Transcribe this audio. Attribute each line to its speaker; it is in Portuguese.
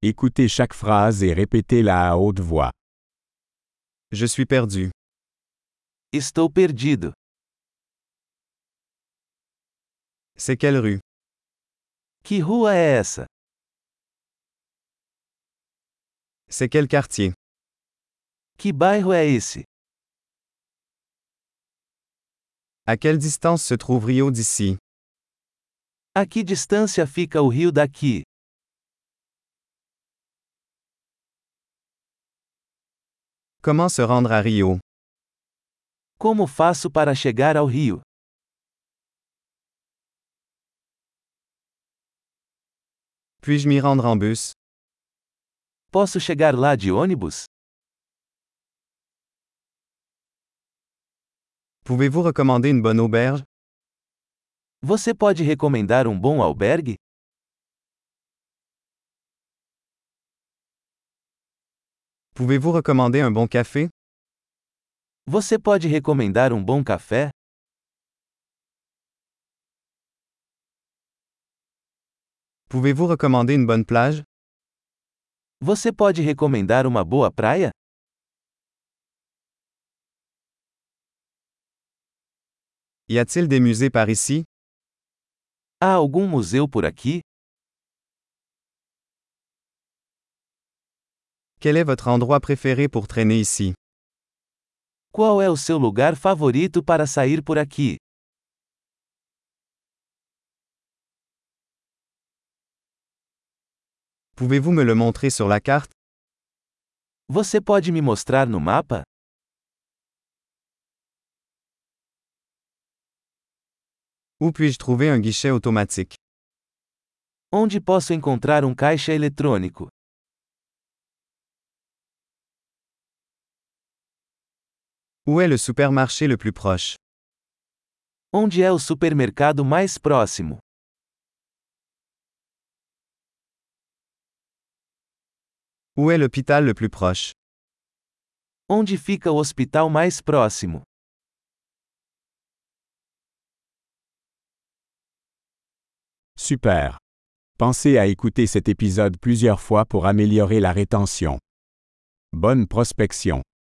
Speaker 1: Écoutez chaque phrase et répétez-la à haute voix.
Speaker 2: Je suis perdu.
Speaker 3: Estou perdido.
Speaker 2: C'est quelle rue
Speaker 3: Que rua é essa?
Speaker 2: C'est quel quartier
Speaker 3: Que bairro é esse?
Speaker 2: À quelle distance se trouve Rio d'ici
Speaker 3: A que distância fica o rio daqui?
Speaker 2: Comment se rendre à Rio
Speaker 3: Como faço para chegar ao rio?
Speaker 2: Puis-je m'y rendre en bus
Speaker 3: Posso chegar lá de ônibus?
Speaker 2: Pouvez-vous recommander une bonne auberge
Speaker 3: Você pode recomendar um bom albergue?
Speaker 2: Pouvez-vous recommander un bon café
Speaker 3: Você pode recomendar um bom café?
Speaker 2: Pouvez-vous recommander une bonne plage
Speaker 3: Você pode recomendar uma boa praia?
Speaker 2: Y a-t-il des musées par ici
Speaker 3: Há algum museu por aqui?
Speaker 2: Quel est votre endroit préféré pour traîner ici
Speaker 3: Qual é o seu lugar favorito para sair por aqui?
Speaker 2: Pouvez-vous me le montrer sur la carte
Speaker 3: Você pode me mostrar no mapa?
Speaker 2: Où puis-je trouver un guichet automatique
Speaker 3: Onde posso encontrar um caixa eletrônico?
Speaker 2: Où est le supermarché le plus proche
Speaker 3: Onde é o supermercado mais próximo?
Speaker 2: Où est l'hôpital le plus proche
Speaker 3: Onde fica o hospital mais próximo?
Speaker 1: Super. Pensez à écouter cet épisode plusieurs fois pour améliorer la rétention. Bonne prospection.